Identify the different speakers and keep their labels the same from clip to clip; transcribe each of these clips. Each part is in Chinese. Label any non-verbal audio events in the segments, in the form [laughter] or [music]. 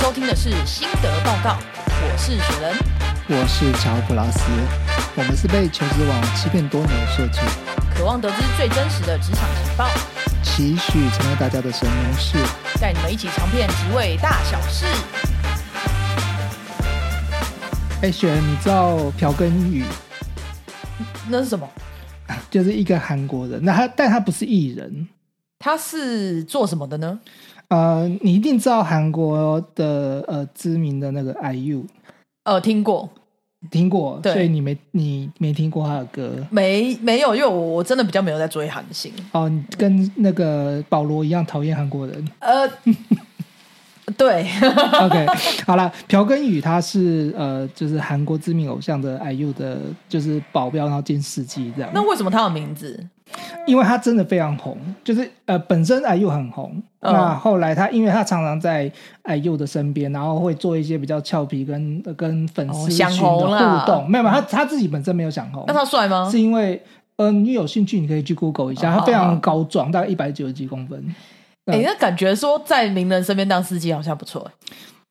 Speaker 1: 收听的是心得报告，我是雪人。
Speaker 2: 我是乔普拉斯，我们是被求职网欺骗多年的设计，
Speaker 1: 渴望得知最真实的职场情报，
Speaker 2: 期许成为大家的神农氏。
Speaker 1: 带你们一起尝遍职位大小事。
Speaker 2: 哎，雪儿，你知道朴根宇 [laughs]
Speaker 1: 那是什么？
Speaker 2: 就是一个韩国人，那他但他不是艺人，
Speaker 1: 他是做什么的呢？
Speaker 2: 呃，你一定知道韩国的呃知名的那个 IU，
Speaker 1: 呃，听过
Speaker 2: 听过，
Speaker 1: 对
Speaker 2: 所以你没你没听过他的歌
Speaker 1: 没？没有，因为我我真的比较没有在追韩星。
Speaker 2: 哦，你跟那个保罗一样讨厌韩国人。
Speaker 1: 呃， [laughs] 对， [laughs]
Speaker 2: OK，好 [laughs] 了，朴根宇他是呃，就是韩国知名偶像的 IU 的，就是保镖，然后兼司机这样。
Speaker 1: 那为什么他的名字？
Speaker 2: 因为他真的非常红，就是呃，本身 IU 很红，
Speaker 1: 嗯
Speaker 2: 那后来他因为他常常在 IU 的身边，然后会做一些比较俏皮跟、呃跟粉
Speaker 1: 哦
Speaker 2: 丝群
Speaker 1: 想
Speaker 2: 的
Speaker 1: 红啦嗯
Speaker 2: 互动。没有，没有他他自己本身没有想红
Speaker 1: 那，他帅吗？
Speaker 2: 是因为呃，你有兴趣你可以去 Google 一下，
Speaker 1: 哦
Speaker 2: 他非常高壮，大概一百九十几公分。
Speaker 1: 哎、那感觉说在名人身边当司机好像不错、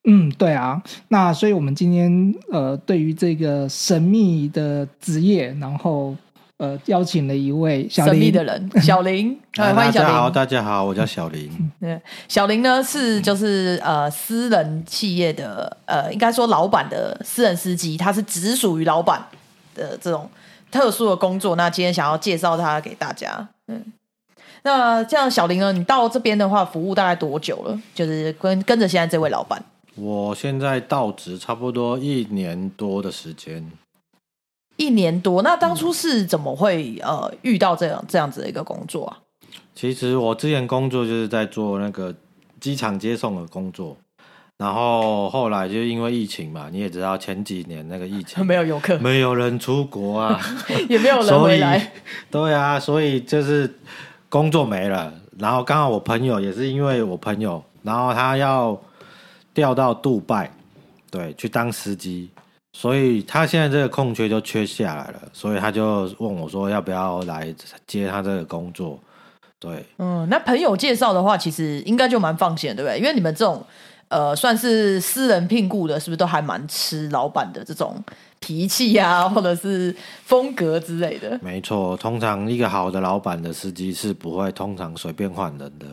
Speaker 2: 嗯，对啊，那所以我们今天呃，对于这个神秘的职业，然后呃，邀请了一位小
Speaker 1: 神秘
Speaker 2: 林
Speaker 1: 的人小林，哎，欢迎小
Speaker 3: 大家好，
Speaker 1: 林。
Speaker 3: 大家好，我叫小林。
Speaker 1: 对，小林呢是就是呃私人企业的呃，应该说老板的私人司机，他是只属于老板的这种特殊的工作。那今天想要介绍他给大家，嗯。那这样，小林呢？你到这边的话，服务大概多久了？就是跟跟着现在这位老板，
Speaker 3: 我现在到职差不多一年多的时间。
Speaker 1: 一年多。那当初是怎么会呃遇到这样这样子的一个工作啊？
Speaker 3: 其实我之前工作就是在做那个机场接送的工作，然后后来就因为疫情嘛，你也知道前几年那个疫情，
Speaker 1: [laughs] 没有游客，
Speaker 3: 没有人出国啊，
Speaker 1: 也没有人
Speaker 3: 所
Speaker 1: 回
Speaker 3: 以
Speaker 1: 来。
Speaker 3: [laughs] 对啊，所以就是工作没了。然后刚好我朋友也是因为我朋友，然后他要调到杜拜，对，去当司机，所以他现在这个空缺就缺下来了，所以他就问我说要不要来接他这个工作，对。
Speaker 1: 嗯，那朋友介绍的话，其实应该就蛮放心的，对不对？因为你们这种呃，算是私人聘雇的，是不是都还蛮吃老板的这种脾气啊，或者是风格之类的？
Speaker 3: 没错，通常一个好的老板的司机是不会通常随便换人的。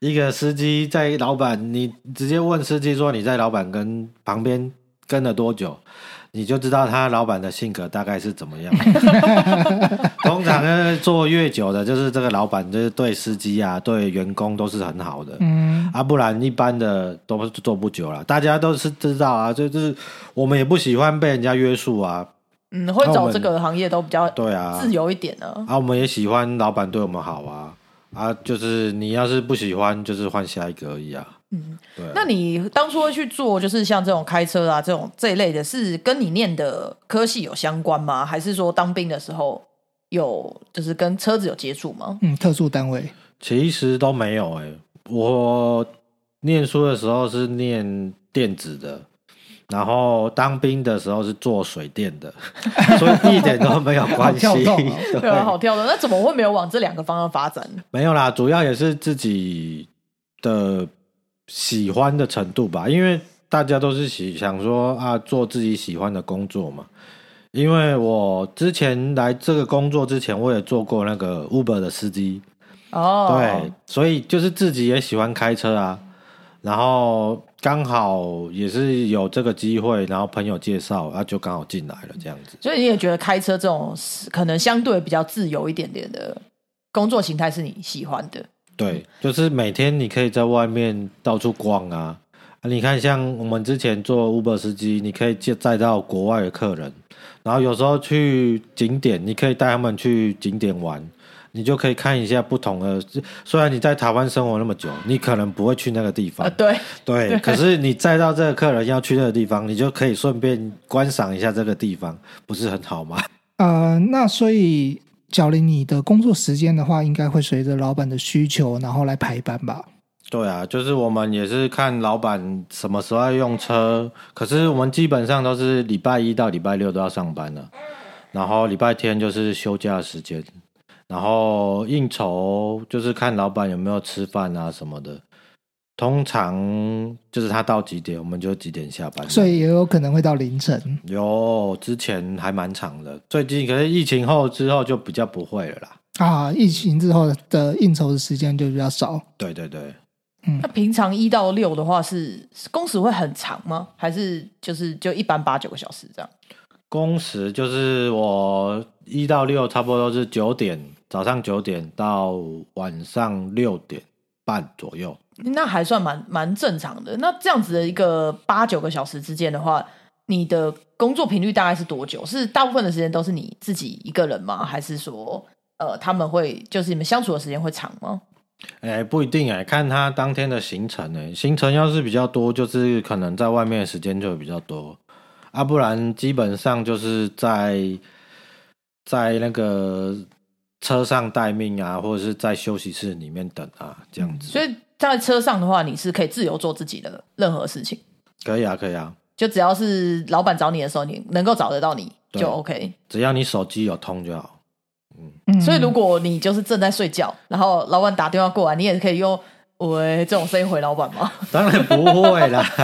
Speaker 3: 一个司机在老板，你直接问司机说你在老板跟旁边跟了多久，你就知道他老板的性格大概是怎么样。通常呢，做越久的，就是这个老板就是对司机啊、对员工都是很好的。
Speaker 2: 嗯，
Speaker 3: 啊，不然一般的都做不久了。大家都是知道啊，就就是我们也不喜欢被人家约束啊。
Speaker 1: 嗯，会
Speaker 3: 那我
Speaker 1: 走
Speaker 3: 们
Speaker 1: 这个行业都比较
Speaker 3: 对啊，
Speaker 1: 自由一点呢。
Speaker 3: 啊，我们也喜欢老板对我们好啊，啊，就是你要是不喜欢，就是换下一个而已啊。
Speaker 1: 嗯，
Speaker 3: 对啊
Speaker 1: 那你当初会去做，就是像这种开车啊，这种这一类的，是跟你念的科系有相关吗？还是说当兵的时候有，就是跟车子有接触吗？
Speaker 2: 嗯，特殊单位，
Speaker 3: 其实都没有哎、我念书的时候是念电子的，然后当兵的时候是做水电的， [laughs] 所以一点都没有关系。
Speaker 2: 好跳
Speaker 3: [laughs]
Speaker 2: 动哦
Speaker 1: 对啊，好跳的。那怎么会没有往这两个方向发展？
Speaker 3: 没有啦，主要也是自己的喜欢的程度吧，因为大家都是喜想说啊，做自己喜欢的工作嘛。因为我之前来这个工作之前，我也做过那个 Uber 的司机，
Speaker 1: 哦，
Speaker 3: 对，所以就是自己也喜欢开车啊。然后刚好也是有这个机会，然后朋友介绍，啊，就刚好进来了这样子。
Speaker 1: 所以你也觉得开车这种是可能相对比较自由一点点的工作形态是你喜欢的，
Speaker 3: 对，就是每天你可以在外面到处逛啊。啊你看，像我们之前做 Uber 司机，你可以接载到国外的客人，然后有时候去景点，你可以带他们去景点玩，你就可以看一下不同的。虽然你在台湾生活那么久，你可能不会去那个地方，
Speaker 1: 啊，对，
Speaker 3: 对，可是你载到这个客人要去那个地方，你就可以顺便观赏一下这个地方，不是很好吗？
Speaker 2: 呃，那所以小林，你的工作时间的话，应该会随着老板的需求，然后来排班吧？
Speaker 3: 对啊，就是我们也是看老板什么时候要用车，可是我们基本上都是礼拜一到礼拜六都要上班了，然后礼拜天就是休假时间，然后应酬就是看老板有没有吃饭啊什么的，通常就是他到几点，我们就几点下班。
Speaker 2: 所以也有可能会到凌晨。
Speaker 3: 有之前还蛮长的，最近可是疫情后之后就比较不会了啦。
Speaker 2: 啊，疫情之后的应酬的时间就比较少。
Speaker 3: 对对对，
Speaker 1: 那平常一到六的话是工时会很长吗？还是就是就一般八九个小时这样？
Speaker 3: 工时就是我一到六差不多都是九点，早上九点到晚上六点半左右。
Speaker 1: 那还算蛮蛮正常的。那这样子的一个八九个小时之间的话，你的工作频率大概是多久？是大部分的时间都是你自己一个人吗？还是说呃他们会就是你们相处的时间会长吗？
Speaker 3: 哎、不一定哎、看他当天的行程哎、行程要是比较多，就是可能在外面的时间就会比较多，啊，不然基本上就是在在那个车上待命啊，或者是在休息室里面等啊，这样子。
Speaker 1: 嗯所以在车上的话，你是可以自由做自己的任何事情，
Speaker 3: 可以啊，可以啊，
Speaker 1: 就只要是老板找你的时候，你能够找得到你
Speaker 3: 对
Speaker 1: 就 OK。
Speaker 3: 只要你手机有通就好。
Speaker 2: 嗯
Speaker 1: 所以如果你就是正在睡觉，然后老板打电话过来，你也可以用喂这种声音回老板吗？ [laughs]
Speaker 3: 当然不会啦， [laughs]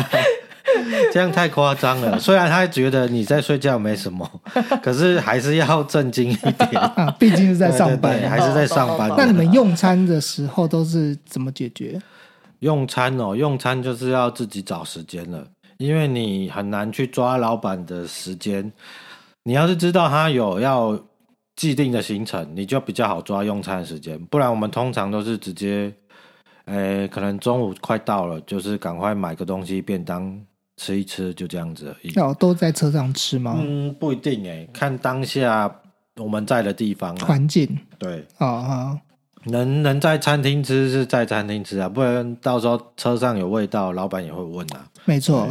Speaker 3: 这样太夸张了。虽然他觉得你在睡觉没
Speaker 1: [laughs]
Speaker 3: 什么，可是还是要正经一点。
Speaker 2: 啊，毕竟是在上班
Speaker 3: 对对对
Speaker 2: 嘛。
Speaker 3: 还是在上班
Speaker 1: 哦懂懂懂
Speaker 2: 那你们用餐的时候都是怎么解决？
Speaker 3: 用餐哦，用餐就是要自己找时间了，因为你很难去抓老板的时间。你要是知道他有要既定的行程，你就比较好抓用餐时间。不然我们通常都是直接，诶，可能中午快到了，就是赶快买个东西便当吃一吃，就这样子而已。
Speaker 2: 哦，都在车上吃吗？
Speaker 3: 嗯，不一定诶，看当下我们在的地方啊。
Speaker 2: 环境
Speaker 3: 对，
Speaker 2: 啊啊，
Speaker 3: 能能在餐厅吃是在餐厅吃啊，不然到时候车上有味道，老板也会问啊。
Speaker 2: 没错。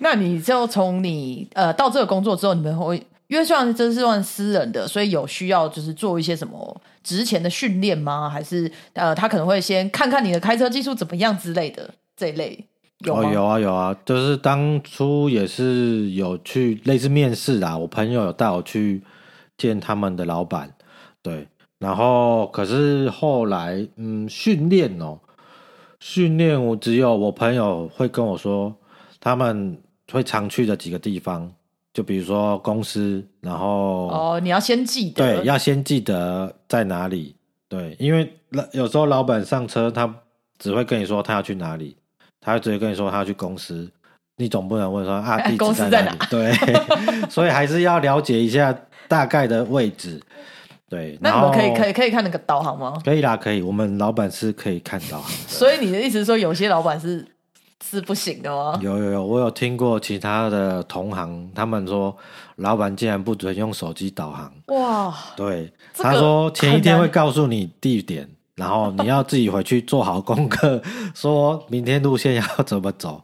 Speaker 1: 那你就从你呃到这个工作之后，你们会因为虽然这是算私人的，所以有需要就是做一些什么值钱的训练吗？还是呃他可能会先看看你的开车技术怎么样之类的这一类有吗？
Speaker 3: 哦，有啊有啊，就是当初也是有去类似面试啊，我朋友有带我去见他们的老板，对，然后可是后来嗯训练哦，训练我只有我朋友会跟我说，他们会常去的几个地方，就比如说公司，然后
Speaker 1: 哦，你要先记得，
Speaker 3: 对，要先记得在哪里。对，因为老有时候老板上车，他只会跟你说他要去哪里，他直接跟你说他要去公司，你总不能问
Speaker 1: [laughs]
Speaker 3: 说啊地
Speaker 1: 公司
Speaker 3: 址
Speaker 1: 在
Speaker 3: 在哪里？对， [laughs] 所以还是要了解一下大概的位置。对，
Speaker 1: 那
Speaker 3: 然
Speaker 1: 你们可以
Speaker 3: 后
Speaker 1: 可以可以看那个导航吗？
Speaker 3: 可以啦，可以，我们老板是可以看到的。
Speaker 1: 所以你的意思是说，有些老板是是不行的吗？
Speaker 3: 有有有，我有听过其他的同行，他们说老板竟然不准用手机导航。
Speaker 1: 哇，
Speaker 3: 对，
Speaker 1: 这
Speaker 3: 他
Speaker 1: 个
Speaker 3: 说前一
Speaker 1: 很
Speaker 3: 天会
Speaker 1: 难
Speaker 3: 告诉你地点，然后你要自己回去做好
Speaker 1: [laughs]
Speaker 3: 功课，说明天路线要怎么走。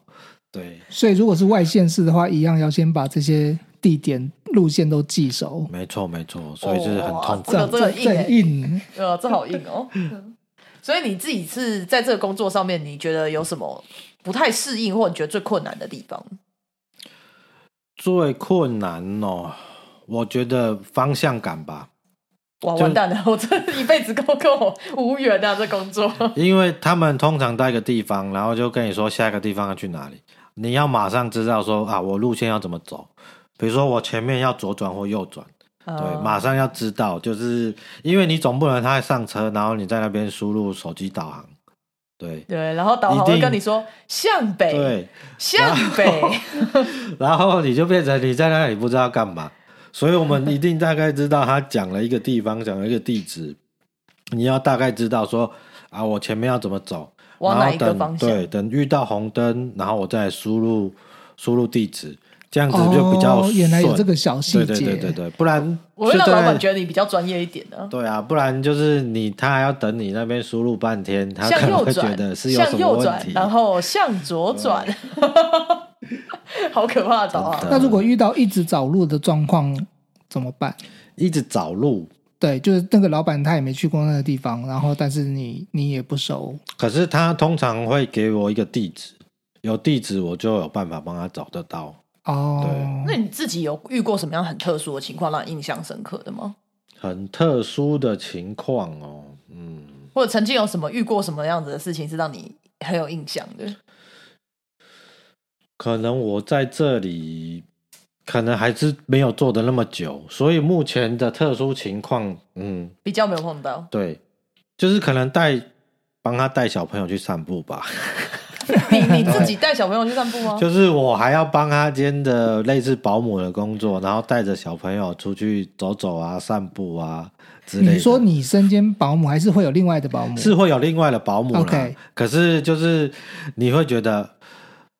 Speaker 3: 对，
Speaker 2: 所以如果是外县市的话，一样要先把这些地点路线都记熟。
Speaker 3: 没错没错，所以就是很
Speaker 1: 哇
Speaker 3: 痛苦
Speaker 1: 这。个
Speaker 2: 这样
Speaker 1: 这个
Speaker 2: 这
Speaker 1: 硬
Speaker 2: 硬
Speaker 1: 呃，这好硬哦。所以你自己是在这个工作上面，你觉得有什么不太适应，或你觉得最困难的地方？
Speaker 3: 最困难哦，我觉得方向感吧，
Speaker 1: 哇，
Speaker 3: 就
Speaker 1: 完蛋了！我 [laughs] 这一辈子跟我跟我无缘啊，这工作。 [laughs]
Speaker 3: 因为他们通常到一个地方，然后就跟你说下一个地方要去哪里，你要马上知道说啊，我路线要怎么走。比如说我前面要左转或右转，对，
Speaker 1: 呃
Speaker 3: 马上要知道，就是因为你总不能他上车，然后你在那边输入手机导航，对
Speaker 1: 对，然后导航
Speaker 3: 一
Speaker 1: 会
Speaker 3: 定
Speaker 1: 跟你说向北，
Speaker 3: 对，
Speaker 1: 向北。
Speaker 3: 然后你就变成你在那里不知道干嘛，所以我们一定大概知道他讲了一个地方，讲了一个地址，你要大概知道说啊，我前面要怎么走，
Speaker 1: 往
Speaker 3: 然后
Speaker 1: 哪一个
Speaker 3: 等
Speaker 1: 方向
Speaker 3: 对，等遇到红灯，然后我再输入输入地址，这样子就比较
Speaker 2: 哦
Speaker 3: 顺、
Speaker 2: 原来有这个小细节。
Speaker 3: 对对对对对，不然
Speaker 1: [laughs] 我会
Speaker 3: 就
Speaker 1: 让
Speaker 3: 在
Speaker 1: 老板觉得你比较专业一点的、
Speaker 3: 对啊，不然就是你他还要等你那边输入半天，他可
Speaker 1: 向
Speaker 3: 能
Speaker 1: 右
Speaker 3: 会觉
Speaker 1: 转，
Speaker 3: 得是有
Speaker 1: 向
Speaker 3: 什么
Speaker 1: 右
Speaker 3: 问
Speaker 1: 转，
Speaker 3: 题。
Speaker 1: 然后向左转， [laughs] 好可怕的导
Speaker 3: 真
Speaker 1: 航
Speaker 3: 的
Speaker 2: 那如果遇到一直找路的状况怎么办？
Speaker 3: 一直找路，
Speaker 2: 对，就是那个老板他也没去过那个地方，然后但是你你也不熟，
Speaker 3: 可是他通常会给我一个地址，有地址我就有办法帮他找得到。
Speaker 2: 哦，
Speaker 1: 那你自己有遇过什么样很特殊的情况让你印象深刻的吗？
Speaker 3: 很特殊的情况哦，嗯，
Speaker 1: 或者曾经有什么遇过什么样子的事情是让你很有印象的？
Speaker 3: 可能我在这里，可能还是没有做的那么久，所以目前的特殊情况，嗯，，
Speaker 1: 比较没有碰到
Speaker 3: 对，就是可能带帮他带小朋友去散步吧，
Speaker 1: 你你自己带小朋友去散步
Speaker 2: 哦
Speaker 1: 吗？
Speaker 3: [laughs] 就是我还要帮他兼的类似保姆的工作，然后带着小朋友出去走走啊、散步啊之类的。
Speaker 2: 你说你身兼保姆，还是会有另外的保姆？
Speaker 3: 是会有另外的保姆啦
Speaker 2: OK
Speaker 3: 可是就是你会觉得，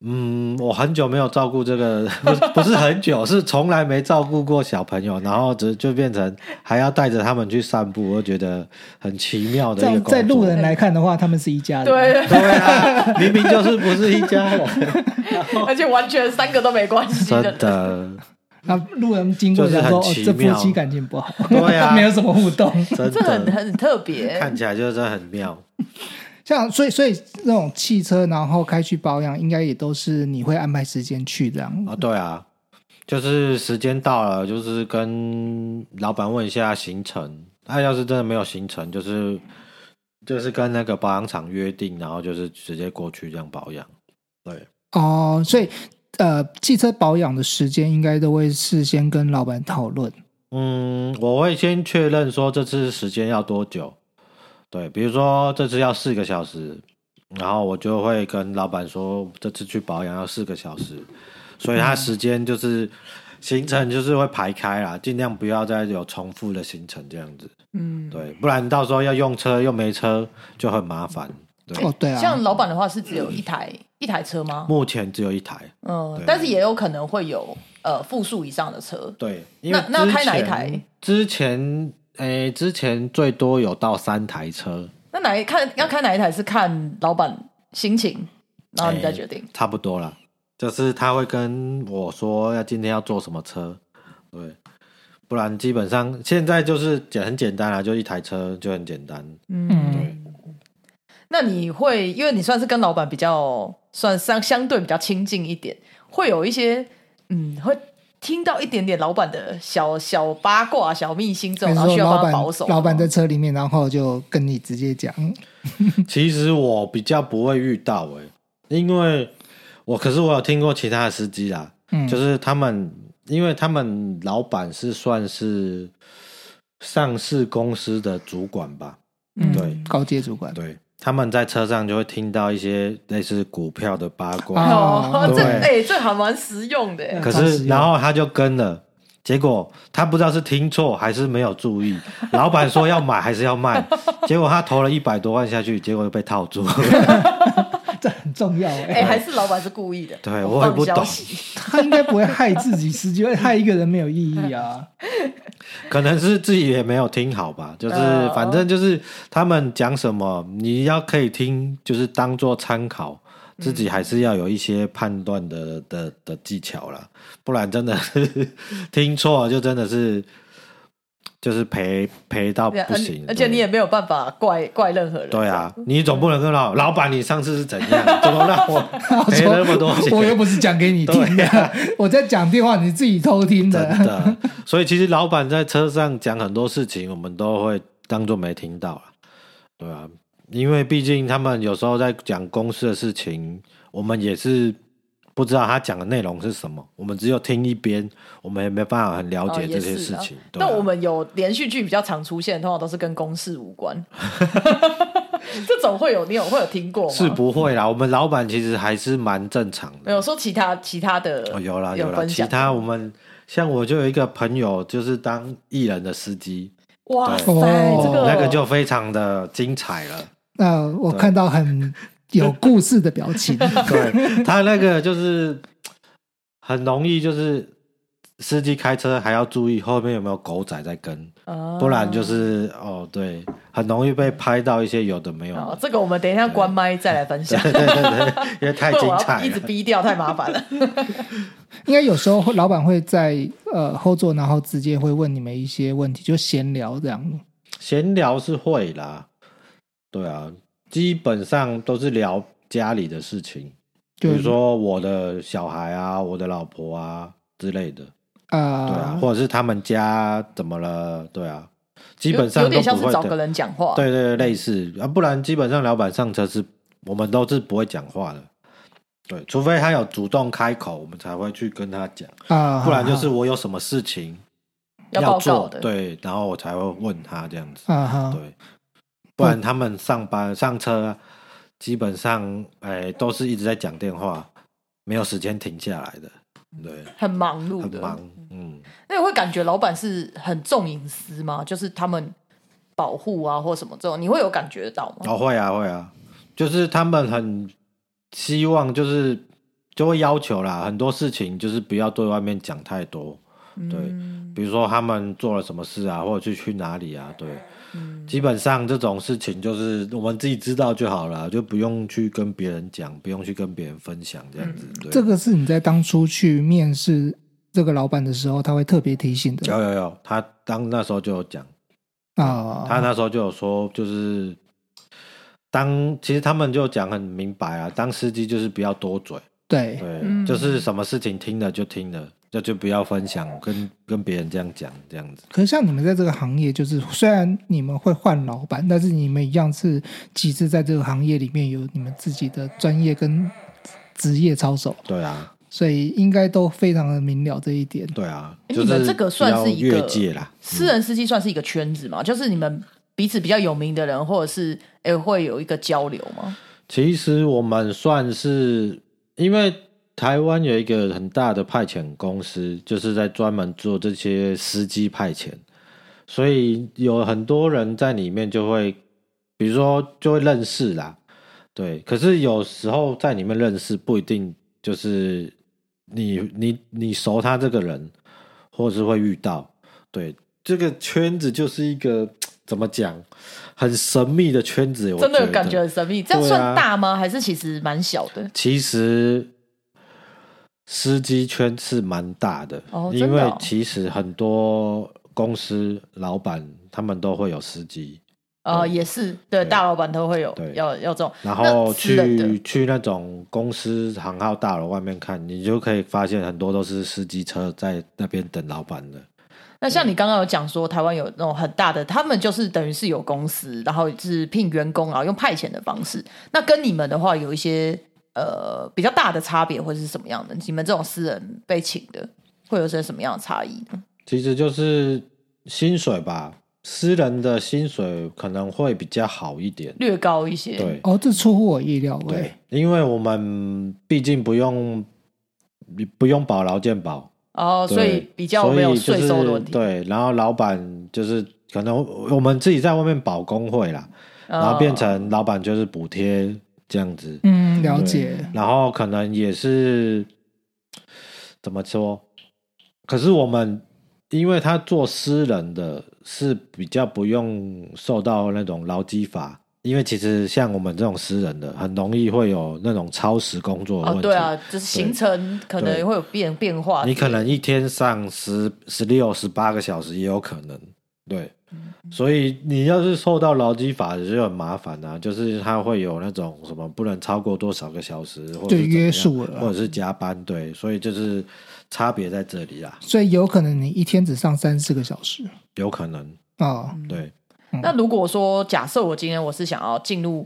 Speaker 3: 嗯，我很久没有照顾这个， [laughs] 不是不是很久，是从来没照顾过小朋友，然后就就变成还要带着他们去散步，我就觉得很奇妙的一
Speaker 2: 在
Speaker 3: 个工作。
Speaker 2: 在路人来看的话，他们是一家人。
Speaker 1: 对， [laughs]
Speaker 3: 对啊，明明就是不是一家人，
Speaker 1: 而且完全三个都没关系
Speaker 3: [laughs] 真
Speaker 1: 的。
Speaker 3: 的。
Speaker 2: 那路人经过
Speaker 3: 就是
Speaker 2: 想
Speaker 3: 很
Speaker 2: 说：“哦，
Speaker 3: 奇
Speaker 2: 这夫
Speaker 3: 妙
Speaker 2: 妻感情不好，
Speaker 3: 对啊
Speaker 2: [laughs] 没有什么互动。
Speaker 3: 真
Speaker 1: 这很
Speaker 3: 的
Speaker 1: 很特别，
Speaker 3: 看起来就是真的很妙。”
Speaker 2: 像所以所以那种汽车，然后开去保养，应该也都是你会安排时间去这样。
Speaker 3: 啊，对啊，就是时间到了，就是跟老板问一下行程。他、要是真的没有行程，就是就是跟那个保养厂约定，然后就是直接过去这样保养。对，
Speaker 2: 哦，所以呃，汽车保养的时间应该都会事先跟老板讨论。
Speaker 3: 嗯，我会先确认说这次时间要多久。对，比如说这次要四个小时，然后我就会跟老板说这次去保养要四个小时，所以他时间就是、行程就是会排开啦，尽量不要再有重复的行程这样子。
Speaker 1: 嗯，
Speaker 3: 对，不然到时候要用车又没车就很麻烦。对，
Speaker 2: 哦，对啊，
Speaker 1: 像老板的话是只有一台一台车吗？
Speaker 3: 目前只有一台。
Speaker 1: 嗯
Speaker 3: 对，
Speaker 1: 但是也有可能会有呃复数以上的车，
Speaker 3: 对，因为
Speaker 1: 那那要开哪一
Speaker 3: 之
Speaker 1: 台？
Speaker 3: 前之前诶、之前最多有到三台车，
Speaker 1: 那哪一看要开哪一台是看老板心情，然后你再决定。
Speaker 3: 哎差不多了。就是他会跟我说要今天要坐什么车，对，不然基本上现在就是简很简单啦，就一台车就很简
Speaker 1: [laughs]
Speaker 3: 单。
Speaker 2: 嗯，
Speaker 1: 那你会因为你算是跟老板比较算相相对比较亲近一点，会有一些嗯会。听到一点点老板的小小八卦、小秘辛这
Speaker 2: 还
Speaker 1: 种，然后
Speaker 2: 是说
Speaker 1: 需要
Speaker 2: 老
Speaker 1: 帮他
Speaker 2: 板
Speaker 1: 保守。
Speaker 2: 老板在车里面，然后就跟你直接讲，
Speaker 3: 其实我比较不会遇到诶、因为我可是我有听过其他的司机啦，
Speaker 2: 嗯，
Speaker 3: 就是他们，因为他们老板是算是上市公司的主管吧，
Speaker 2: 嗯
Speaker 3: 对
Speaker 2: 高阶主管。
Speaker 3: 对，他们在车上就会听到一些类似股票的八卦，
Speaker 1: 哦，
Speaker 2: 哦
Speaker 1: 这
Speaker 3: 对
Speaker 1: 哎、这还蛮实用的。
Speaker 2: 嗯
Speaker 3: 可
Speaker 2: 超实
Speaker 3: 是
Speaker 2: 用
Speaker 3: 然后他就跟了。结果他不知道是听错还是没有注意， [laughs] 老板说要买还是要
Speaker 1: [laughs]
Speaker 3: 卖，结果他投了一百多万下去，结果就被套住。
Speaker 2: 这很重要哎、
Speaker 1: 哎、还是老板是故意的。
Speaker 3: 对我也不懂
Speaker 1: 放消息
Speaker 2: 他应该不会害自己司机，会害一个人没有意义啊。
Speaker 3: 可能是自己也没有听好吧，就是
Speaker 1: 哦
Speaker 3: 反正就是他们讲什么，你要可以听，就是当做参考，自己还是要有一些判断的的的技巧啦，不然真的是 [laughs] 听错就真的是就是赔赔到
Speaker 1: 对啊
Speaker 3: 不行。
Speaker 1: 而且你也
Speaker 3: 对
Speaker 1: 没有办法怪怪任何人。
Speaker 3: 对啊，你总不能跟老老板，你上次是怎样，怎么让我赔了那么多钱？
Speaker 2: 我又不是讲给你听的，
Speaker 3: 对啊
Speaker 2: 我在讲电话，你自己偷听
Speaker 3: 真
Speaker 2: 的。
Speaker 3: 的。所以其实老板在车上讲很多事情，我们都会当做没听到了，对啊，因为毕竟他们有时候在讲公司的事情，我们也是不知道他讲的内容是什么，我们只有听一边，我们也没办法很了
Speaker 1: 哦
Speaker 3: 解
Speaker 1: 也
Speaker 3: 这些
Speaker 1: 是
Speaker 3: 事
Speaker 1: 啊
Speaker 3: 情。对啊
Speaker 1: 但我们有连续剧比较常出现，通常都是跟公事无关。 [laughs] 这种会有你有会有听过吗？
Speaker 3: 是不会啦，我们老板其实还是蛮正常的
Speaker 1: 没。有说其他其他的
Speaker 3: 哦，有啦
Speaker 1: 有
Speaker 3: 啦，
Speaker 1: 分
Speaker 3: 其
Speaker 1: 享
Speaker 3: 他我们像我就有一个朋友，就是当艺人的司机，
Speaker 1: 哇塞，
Speaker 2: 哦
Speaker 1: 这个
Speaker 3: 那个就非常的精彩了。
Speaker 1: [laughs]
Speaker 2: 那我看到很有故事的表
Speaker 3: [laughs]
Speaker 2: 情，
Speaker 3: 对他那个就是很容易，就是司机开车还要注意后面有没有狗仔在跟，
Speaker 1: 啊
Speaker 3: 不然就是哦，对，很容易被拍到一些有的没有
Speaker 1: 好
Speaker 3: 的。
Speaker 1: 这个我们等一下关麦再来分享，
Speaker 3: [laughs] 对对对对，因为太
Speaker 1: 不然
Speaker 3: 精
Speaker 1: 我要
Speaker 3: 彩
Speaker 1: 一直
Speaker 3: 了。
Speaker 1: 逼掉太麻烦
Speaker 3: [laughs]
Speaker 1: 了。
Speaker 2: 应该有时候老板会在呃后座，然后直接会问你们一些问题，就闲聊这样。
Speaker 3: 闲聊是会啦，对啊，基本上都是聊家里的事情，比
Speaker 2: 就
Speaker 3: 如说我的小孩啊，我的老婆啊之类的，对啊，
Speaker 2: 呃，
Speaker 3: 或者是他们家怎么了，对啊，基
Speaker 1: 有
Speaker 3: 本上
Speaker 1: 有
Speaker 3: 都
Speaker 1: 点
Speaker 3: 不
Speaker 1: 像
Speaker 3: 会
Speaker 1: 是找
Speaker 3: 的
Speaker 1: 个人讲话，嗯
Speaker 3: 对对对，类似啊，不然基本上老板上车是我们都是不会讲话的。对，除非他有主动开口，我们才会去跟他讲，
Speaker 2: 啊，
Speaker 3: 不然就是我有什么事情
Speaker 1: 要报告
Speaker 3: 做，
Speaker 1: 的，
Speaker 3: 对，然后我才会问他这样子。
Speaker 2: 啊哈，
Speaker 3: 对，不然他们上班上车，基本上哎、都是一直在讲电话，没有时间停下来的，对，
Speaker 1: 很忙碌
Speaker 3: 很
Speaker 1: 的。
Speaker 3: 忙，嗯，
Speaker 1: 那你会感觉老板是很重隐私吗？就是他们保护啊，或什么这种，你会有感觉到吗？
Speaker 3: 哦，会啊会啊，就是他们很希望就是就会要求啦，很多事情就是不要对外面讲太多，
Speaker 2: 嗯
Speaker 3: 对，比如说他们做了什么事啊，或者去去哪里啊，对。
Speaker 2: 嗯
Speaker 3: 基本上这种事情就是我们自己知道就好了，就不用去跟别人讲，不用去跟别人分享这样子。
Speaker 2: 嗯
Speaker 3: 对。
Speaker 2: 这个是你在当初去面试这个老板的时候，他会特别提醒的
Speaker 3: 有有有，他当那时候就有讲，
Speaker 2: 啊。
Speaker 3: 他那时候就有说，就是当其实他们就讲很明白啊，当司机就是不要多嘴，
Speaker 2: 对，
Speaker 3: 对，
Speaker 1: 嗯
Speaker 3: 就是什么事情听了就听了，就就不要分享，跟跟别人这样讲这样子。
Speaker 2: 可是像你们在这个行业，就是虽然你们会换老板，但是你们一样是其实在这个行业里面有你们自己的专业跟职业操守，
Speaker 3: 对啊，
Speaker 2: 所以应该都非常的明了这一点。
Speaker 3: 对啊，
Speaker 1: 诶
Speaker 3: 就
Speaker 1: 你们
Speaker 3: 是
Speaker 1: 这个算
Speaker 3: 不要
Speaker 1: 是一
Speaker 3: 越
Speaker 1: 个
Speaker 3: 界啦，
Speaker 1: 私人司机算是一个圈子嘛，就是你们彼此比较有名的人，或者是诶会有一个交流吗？
Speaker 3: 其实我们算是，因为台湾有一个很大的派遣公司，就是在专门做这些司机派遣，所以有很多人在里面就会，比如说就会认识啦，对。可是有时候在里面认识不一定就是你你你熟他这个人，或是会遇到，对。这个圈子就是一个怎么讲，很神秘的圈子，我
Speaker 1: 真的
Speaker 3: 得
Speaker 1: 感觉很神秘，这样
Speaker 3: 对啊
Speaker 1: 算大吗？还是其实蛮小的？
Speaker 3: 其实司机圈是蛮大的，
Speaker 1: 哦真
Speaker 3: 因
Speaker 1: 的哦
Speaker 3: 为其实很多公司老板他们都会有司机，
Speaker 1: 呃，也是，对，
Speaker 3: 对
Speaker 1: 大老板都会有
Speaker 3: 对
Speaker 1: 要要这种，
Speaker 3: 然后
Speaker 1: 那私人的
Speaker 3: 去去那种公司行号大楼外面看，你就可以发现很多都是司机车在那边等老板的。
Speaker 1: 那像你刚刚有讲说，台湾有那种很大的，他们就是等于是有公司，然后是聘员工，然后用派遣的方式。那跟你们的话，有一些呃比较大的差别，会是什么样的？你们这种私人被请的，会有些什么样的差异呢？
Speaker 3: 其实就是薪水吧，私人的薪水可能会比较好一点，
Speaker 1: 略高一些，
Speaker 3: 对。
Speaker 2: 哦，这出乎我意料，
Speaker 3: 对
Speaker 2: 喂，，
Speaker 3: 因为我们毕竟不用不用保劳健保，
Speaker 1: 哦，所以
Speaker 3: 对
Speaker 1: 比较没有
Speaker 3: 所
Speaker 1: 税
Speaker 3: 以就是
Speaker 1: 收的问题。
Speaker 3: 对，然后老板就是可能我们自己在外面保工会啦，
Speaker 1: 呃
Speaker 3: 然后变成老板就是补贴这样子，
Speaker 2: 嗯，了解。
Speaker 3: 然后可能也是怎么说？可是我们因为他做私人的，是比较不用受到那种劳基法。因为其实像我们这种私人的，很容易会有那种超时工作的
Speaker 1: 哦，
Speaker 3: 问题。
Speaker 1: 对啊，就是行程可能会有变变化之类
Speaker 3: 你
Speaker 1: 的，
Speaker 3: 可能一天上十、十六、十八个小时也有可能，对。所以你要是受到劳基法的就很麻烦啊，就是它会有那种什么不能超过多少个小时，或
Speaker 2: 就
Speaker 3: 者是怎么样
Speaker 2: 约束了啊
Speaker 3: 或者是加班，对。所以就是差别在这里啦，啊
Speaker 2: 所以有可能你一天只上三四个小时
Speaker 3: 有可能
Speaker 2: 啊、
Speaker 3: 对。
Speaker 1: 那如果说假设我今天我是想要进入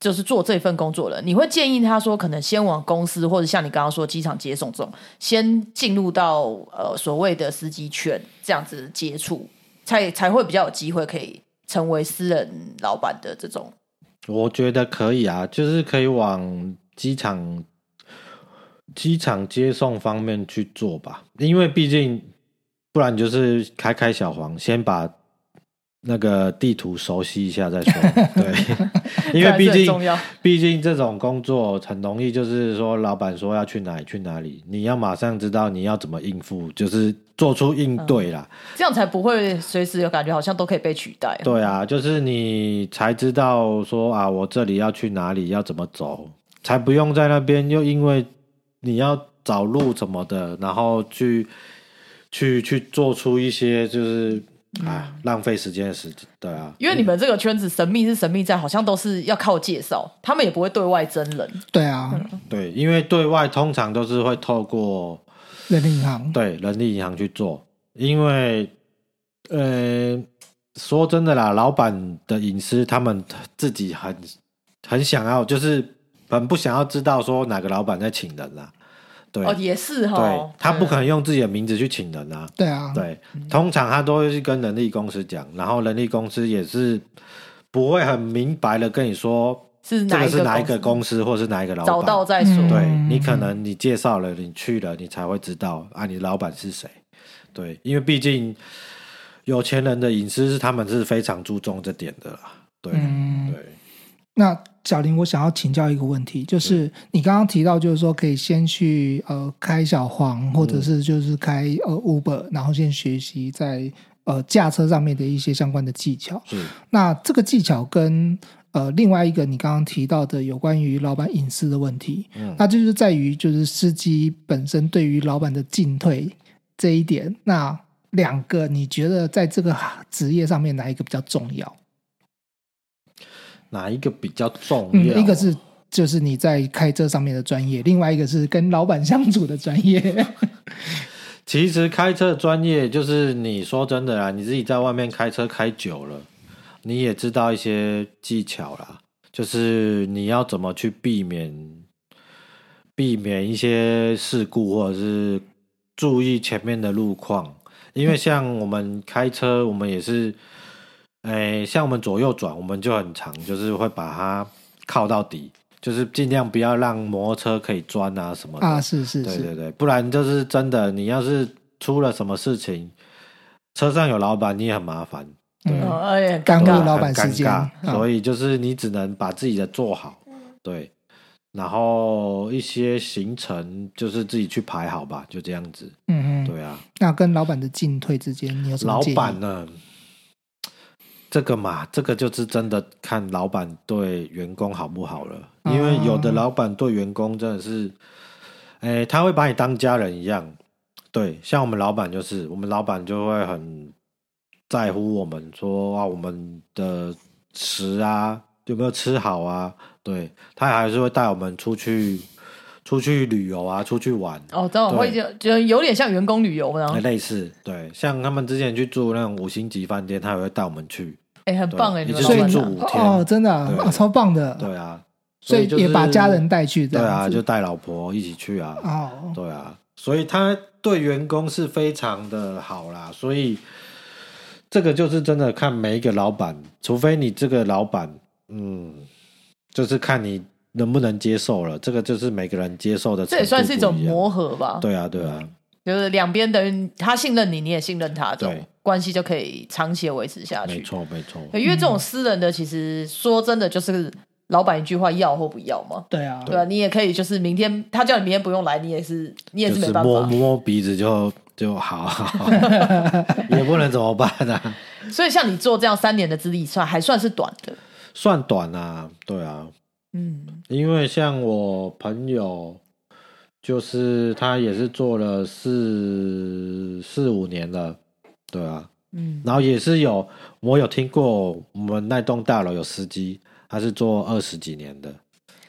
Speaker 1: 就是做这份工作了，你会建议他说可能先往公司或者像你刚刚说机场接送这种，先进入到呃所谓的司机圈这样子接触，才才会比较有机会可以成为私人老板的这种。
Speaker 3: 我觉得可以啊，就是可以往机场机场接送方面去做吧，因为毕竟不然就是开开小黄，先把那个地图熟悉一下再说。对，
Speaker 1: [laughs]
Speaker 3: 因为毕
Speaker 1: 啊这还是很
Speaker 3: 竟
Speaker 1: 重要
Speaker 3: 毕竟这种工作很容易，就是说老板说要去哪里去哪里，你要马上知道你要怎么应付，就是做出应
Speaker 1: 嗯
Speaker 3: 对啦。
Speaker 1: 这样才不会随时有感觉好像都可以被取代。
Speaker 3: 对啊，就是你才知道说啊，我这里要去哪里，要怎么走，才不用在那边又因为你要找路什么的，然后去去去做出一些就是啊浪费时间的事情。对啊，
Speaker 1: 因为你们这个圈子神秘是神秘在，好像都是要靠介绍，他们也不会对外真人。
Speaker 2: 对啊，
Speaker 3: 对，因为对外通常都是会透过
Speaker 2: 人力银行，
Speaker 3: 对人力银行去做，因为呃说真的啦，老板的隐私他们自己很很想要，就是很不想要知道说哪个老板在请人啦、对、
Speaker 1: 哦，也是
Speaker 3: 对
Speaker 1: 哈，，
Speaker 3: 他不
Speaker 1: 嗯
Speaker 3: 可能用自己的名字去请人啊。
Speaker 2: 对啊，
Speaker 3: 对，通常他都会去跟人力公司讲，然后人力公司也是不会很明白的跟你说
Speaker 1: 是
Speaker 3: 这
Speaker 1: 哪
Speaker 3: 个
Speaker 1: 一
Speaker 3: 是
Speaker 1: 个
Speaker 3: 哪一
Speaker 1: 司
Speaker 3: 个公司或是哪一个老板。
Speaker 1: 找到再说，
Speaker 2: 嗯
Speaker 3: 对你可能你介绍了，你去了，你才会知道啊，你老板是谁。对，因为毕竟有钱人的隐私是他们是非常注重这点的啦。对、
Speaker 2: 嗯，
Speaker 3: 对，
Speaker 2: 那小林，我想要请教一个问题，就是你刚刚提到，就是说可以先去呃开小黄，或
Speaker 3: 嗯
Speaker 2: 者是就是开呃 Uber，然后先学习在呃驾车上面的一些相关的技巧。
Speaker 3: 是
Speaker 2: 那这个技巧跟呃另外一个你刚刚提到的有关于老板隐私的问题，
Speaker 3: 嗯
Speaker 2: 那就是在于就是司机本身对于老板的进退这一点。那两个你觉得在这个职业上面哪一个比较重要？
Speaker 3: 哪一个比较重
Speaker 2: 嗯
Speaker 3: 要？，
Speaker 2: 一个是就是你在开这上面的专业，另外一个是跟老板相处的专业。
Speaker 3: [laughs] 其实开车的专业就是你说真的啦，你自己在外面开车开久了，你也知道一些技巧啦，就是你要怎么去避免避免一些事故，或者是注意前面的路况。因为像我们开车，我们也是，诶、像我们左右转，我们就很长，就是会把它靠到底，就是尽量不要让摩托车可以钻啊什么的
Speaker 2: 啊，是是
Speaker 3: 对
Speaker 2: 是，
Speaker 3: 对对，不然就是真的，你要是出了什么事情，车上有老板，你也很麻烦，对
Speaker 1: 嗯
Speaker 2: 嗯，
Speaker 1: 而且很尴
Speaker 2: 干物
Speaker 3: 对
Speaker 1: 尬
Speaker 3: 啊
Speaker 2: 老板
Speaker 3: 很
Speaker 2: 时间
Speaker 3: 尴尬
Speaker 2: 嗯
Speaker 3: 所以就是你只能把自己的做好，对，然后一些行程就是自己去排好吧，就这样子，
Speaker 2: 嗯嗯，
Speaker 3: 对啊。
Speaker 2: 那跟老板的进退之间，你有什么
Speaker 3: 老
Speaker 2: 建议？
Speaker 3: 板呢？这个嘛，这个就是真的看老板对员工好不好了，
Speaker 2: 哦
Speaker 3: 因为有的老板对员工真的是，哎、他会把你当家人一样。对，像我们老板就是，我们老板就会很在乎我们说啊，我们的食啊有没有吃好啊？对他还是会带我们出去出去旅游啊，出去玩。
Speaker 1: 哦，这种
Speaker 3: 对
Speaker 1: 会就就有点像员工旅游呢
Speaker 3: 欸，类似，对，像他们之前去住那种五星级饭店，他也会带我们去。
Speaker 1: 哎，很棒哎，
Speaker 3: 对
Speaker 1: 你们
Speaker 3: 你
Speaker 1: 老
Speaker 2: 所
Speaker 3: 就
Speaker 2: 以
Speaker 1: 板
Speaker 3: 去
Speaker 2: 你
Speaker 3: 住
Speaker 1: 啊
Speaker 3: 五天
Speaker 2: 哦，真的啊
Speaker 3: 对
Speaker 2: 啊超棒的，
Speaker 3: 对啊，
Speaker 2: 所以
Speaker 3: 就是
Speaker 2: 也把家人带去这
Speaker 3: 对啊，
Speaker 2: 样
Speaker 3: 就
Speaker 2: 子。
Speaker 3: 带老婆一起去啊，
Speaker 2: 哦，
Speaker 3: 对啊，所以他对员工是非常的好啦，所以这个就是真的看每一个老板，除非你这个老板，嗯，就是看你能不能接受了，这个就是每个人接受的程
Speaker 1: 这
Speaker 3: 度不一样，
Speaker 1: 也算是一种磨合吧，
Speaker 3: 对啊，对啊，
Speaker 1: 就是两边等于他信任你，你也信任他，这种
Speaker 3: 对
Speaker 1: 关系就可以长期地维持下
Speaker 3: 没
Speaker 1: 去。
Speaker 3: 错，嗯没错，
Speaker 1: 对因为这种私人的，其实说真的，就是老板一句话要或不要嘛。
Speaker 2: 对啊，
Speaker 1: 对啊，你也可以，就是明天他叫你明天不用来，你也是你也
Speaker 3: 就是是
Speaker 1: 没办
Speaker 3: 摸
Speaker 1: 法。
Speaker 3: 摸鼻子就就好，
Speaker 1: [laughs]
Speaker 3: [laughs] 也不能怎么办啊， [laughs]
Speaker 1: 所以像你做这样三年的资历，算还算是短的。
Speaker 3: 算短啊，对啊，
Speaker 1: 嗯，
Speaker 3: 因为像我朋友，就是他也是做了四四五年了，对啊，
Speaker 1: 嗯，
Speaker 3: 然后也是有我有听过我们那栋大楼有司机，他是做二十几年的，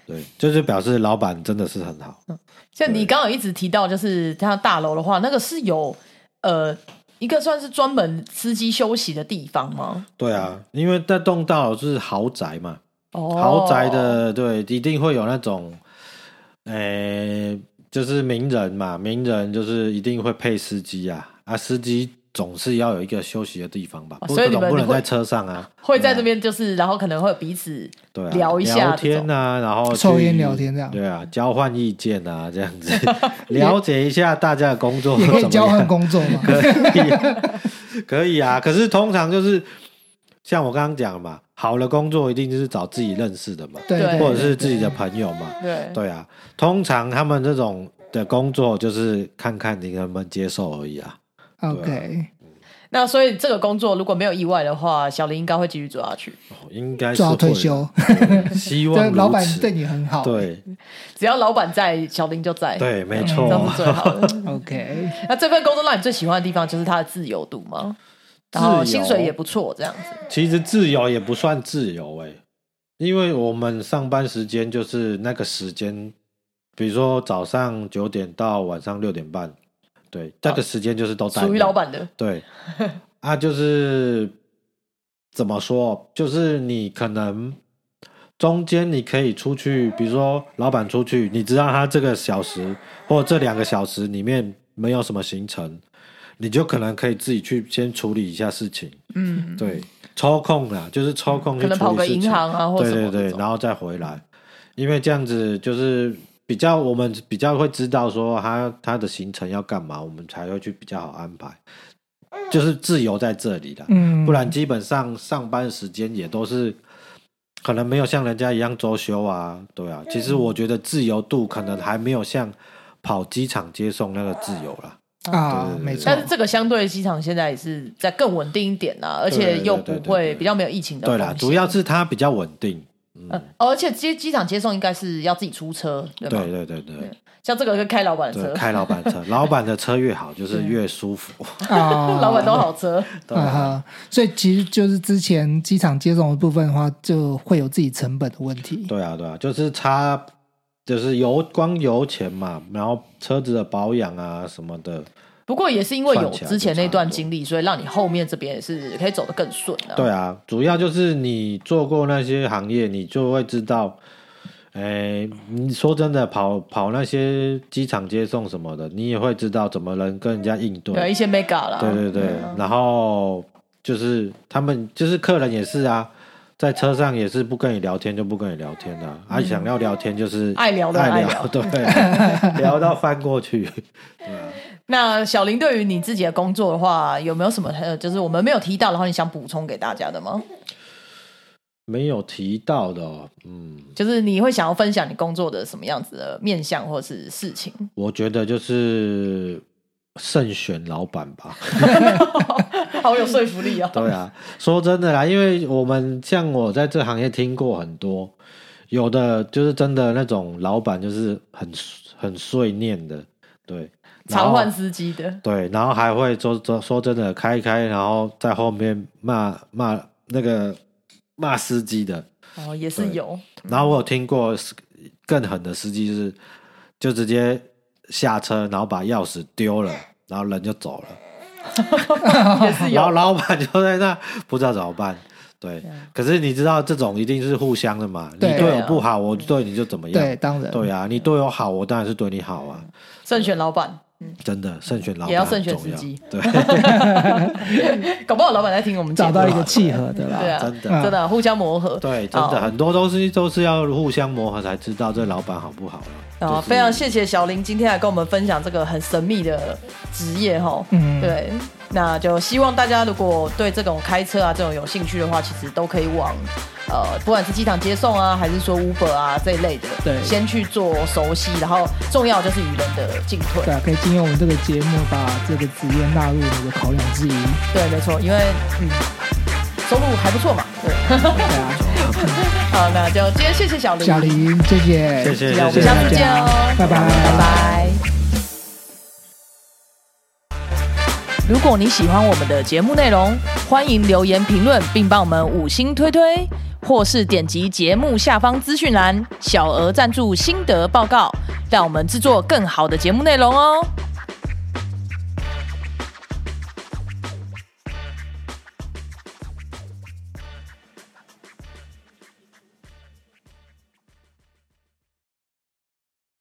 Speaker 3: 对，就是表示老板真的是很好，
Speaker 1: 嗯像你
Speaker 3: 对
Speaker 1: 刚刚有一直提到，就是他大楼的话，那个是有呃一个算是专门司机休息的地方吗？
Speaker 3: 对啊，因为那栋大楼是豪宅嘛，
Speaker 1: 哦，
Speaker 3: 豪宅的对，一定会有那种，诶，就是名人嘛，名人就是一定会配司机啊，啊，司机总是要有一个休息的地方吧，
Speaker 1: 哦
Speaker 3: 不
Speaker 1: 所以你
Speaker 3: 总
Speaker 1: 们
Speaker 3: 不能
Speaker 1: 会
Speaker 3: 在车上啊，
Speaker 1: 会在这边，就是然后可能会有彼此
Speaker 3: 对啊，
Speaker 1: 聊一下
Speaker 3: 聊天啊，然后
Speaker 2: 抽
Speaker 3: 去
Speaker 2: 烟聊天这样
Speaker 3: 对啊，交换意见啊，这
Speaker 1: [laughs]
Speaker 3: 样子了解一下大家的工作
Speaker 2: 也可以
Speaker 3: 怎
Speaker 2: 交
Speaker 3: 么
Speaker 2: 换
Speaker 3: 样。
Speaker 2: 工作嘛。
Speaker 3: 可以啊， [laughs] 可以啊。可是通常就是像我刚刚讲的嘛，好的工作一定就是找自己认识的嘛，
Speaker 2: 对
Speaker 1: 对
Speaker 3: 或者是自己的朋友嘛。
Speaker 1: 对
Speaker 3: 对啊，通常他们这种的工作就是看看你能不能接受而已啊。
Speaker 2: OK，
Speaker 1: 那所以这个工作如果没有意外的话，小林应该会继续做下去。
Speaker 3: 哦应该是
Speaker 2: 做
Speaker 3: 会
Speaker 2: 到退休，
Speaker 3: 对希望
Speaker 2: 这 [laughs] 老板
Speaker 3: 如此
Speaker 2: 对你很好。
Speaker 3: 对
Speaker 1: 只要老板在，小林就在，
Speaker 3: 对，没
Speaker 1: 这样
Speaker 3: 错
Speaker 1: 是，最好的。 [laughs]
Speaker 2: ，OK，
Speaker 1: 那这份工作让你最喜欢的地方就是它的自由度吗？然后薪水也不错，这样子。
Speaker 3: 其实自由也不算自由哎、因为我们上班时间就是那个时间，比如说早上九点到晚上六点半，对，这个时间就是都待
Speaker 1: 属于
Speaker 3: 命
Speaker 1: 老板的，
Speaker 3: 对 [laughs] 啊，就是怎么说，就是你可能中间你可以出去，比如说老板出去，你知道他这个小时或这两个小时里面没有什么行程，你就可能可以自己去先处理一下事情。嗯，对，抽空啊，就是抽空
Speaker 1: 嗯
Speaker 3: 去
Speaker 1: 可能
Speaker 3: 处
Speaker 1: 跑
Speaker 3: 理
Speaker 1: 个
Speaker 3: 事情
Speaker 1: 银。行啊，或
Speaker 3: 对
Speaker 1: 什
Speaker 3: 对
Speaker 1: 么
Speaker 3: 对
Speaker 1: 这，种
Speaker 3: 然后再回来，因为这样子就是比较我们比较会知道说他他的行程要干嘛，我们才会去比较好安排，就是自由在这里啦。
Speaker 2: 嗯，
Speaker 3: 不然基本上上班时间也都是可能没有像人家一样周休啊，对
Speaker 1: 嗯
Speaker 3: 啊。其实我觉得自由度可能还没有像跑机场接送那个自由啦。
Speaker 2: 啊
Speaker 3: 对对，对
Speaker 2: 没错
Speaker 1: 但，是这个相对机场现在也是在更稳定一点啊啦，而且又不
Speaker 3: 对对对对
Speaker 1: 会
Speaker 3: 对
Speaker 1: 比较没嗯有疫情的
Speaker 3: 对
Speaker 1: 风
Speaker 3: 啦，
Speaker 1: 险
Speaker 3: 主要是它比较稳定。
Speaker 1: 呃，哦而且机机场接送应该是要自己出车，对吧？
Speaker 3: 对对对对
Speaker 1: 像这个跟开老板的
Speaker 3: 对，
Speaker 1: 车，
Speaker 3: 开老板车，
Speaker 1: [laughs]
Speaker 3: 老板的车越好就是越舒服。 [laughs]
Speaker 2: 啊，
Speaker 1: 老板都好车，
Speaker 2: [laughs]
Speaker 3: 对
Speaker 2: 啊
Speaker 3: 啊
Speaker 2: 哈，所以其实就是之前机场接送的部分的话，就会有自己成本的问题。
Speaker 3: 对啊，对啊，就是差，就是油光油钱嘛，然后车子的保养啊什么的，
Speaker 1: 不过也是因为有
Speaker 3: 算起来
Speaker 1: 之前那段
Speaker 3: 就差不多
Speaker 1: 经历，所以让你后面这边也是可以走得更顺啊。
Speaker 3: 对啊，主要就是你做过那些行业，你就会知道。哎，你说真的，跑跑那些机场接送什么的，你也会知道怎么能跟人家应对。
Speaker 1: 有一些 mega 啦，
Speaker 3: 对对对，
Speaker 1: 嗯
Speaker 3: 然后就是他们就是客人也是啊，在车上也是不跟你聊天就不跟你聊天的啊，啊想要聊天就是
Speaker 1: 嗯爱聊的
Speaker 3: 爱
Speaker 1: 爱聊 [laughs]
Speaker 3: 对，聊到翻过去。
Speaker 1: 那小林对于你自己的工作的话，有没有什么呃，就是我们没有提到，然后你想补充给大家的吗？
Speaker 3: 没有提到的、哦，嗯，
Speaker 1: 就是你会想要分享你工作的什么样子的面向或是事情？
Speaker 3: 我觉得就是慎选老板吧。 [laughs]
Speaker 1: 好有说服力哦。
Speaker 3: 对啊，说真的啦，因为我们像我在这行业听过很多，有的就是真的那种老板就是很很碎念的，对，然后
Speaker 1: 常换司机的，
Speaker 3: 对，然后还会说说说真的开一开，然后在后面骂骂那个骂司机的。
Speaker 1: 哦，也是有，
Speaker 3: 然后我有听过是更狠的司机就是就直接下车，然后把钥匙丢了，然后人就走了。
Speaker 1: 也是
Speaker 3: 然后 [laughs]
Speaker 1: 有。啊
Speaker 3: 老板就在那不知道怎么办。对，可是你知道这种一定是互相的嘛？你
Speaker 2: 对
Speaker 3: 对我不好，我对你就怎么样？
Speaker 2: 对，当然，
Speaker 3: 对啊，你对我好，我当然是对你好啊。
Speaker 1: 慎选老板，
Speaker 3: 真的，慎选老板
Speaker 1: 也要慎选
Speaker 3: 很重要
Speaker 1: 司机 [laughs]
Speaker 3: 对，
Speaker 1: 搞不好老板在听我们节
Speaker 2: 找
Speaker 1: 目
Speaker 2: 到一个嗯契合的
Speaker 1: 对
Speaker 2: 啦。
Speaker 1: 啊，
Speaker 3: 真的
Speaker 1: 真的互相磨合，
Speaker 3: 对，真的很多东西都是要互相磨合才知道这老板好不好了。
Speaker 1: 啊，
Speaker 3: 就是
Speaker 1: 非常谢谢小林今天来跟我们分享这个很神秘的职业哈。
Speaker 2: 嗯
Speaker 1: 对，那就希望大家如果对这种开车啊这种有兴趣的话，其实都可以往呃，不管是机场接送啊，还是说 Uber 啊这一类的，
Speaker 2: 对
Speaker 1: 先去做熟悉，然后重要就是与人的进退。
Speaker 2: 对啊，可以经由我们这个节目，把这个职业纳入你的考量之一。
Speaker 1: 对，没错，因为嗯，收入还不错嘛。对，
Speaker 2: 对啊，
Speaker 1: 好，那就今天谢谢小林，
Speaker 2: 小林，谢谢，
Speaker 3: 谢谢，
Speaker 1: 那我们
Speaker 3: 谢谢
Speaker 1: 下
Speaker 3: 大
Speaker 1: 次
Speaker 3: 家。
Speaker 1: 见哦，
Speaker 2: 拜拜
Speaker 1: 拜拜。如果你喜欢我们的节目内容，欢迎留言评论，并帮我们五星推推，或是点击节目下方资讯栏小额赞助心得报告，让我们制作更好的节目内容哦。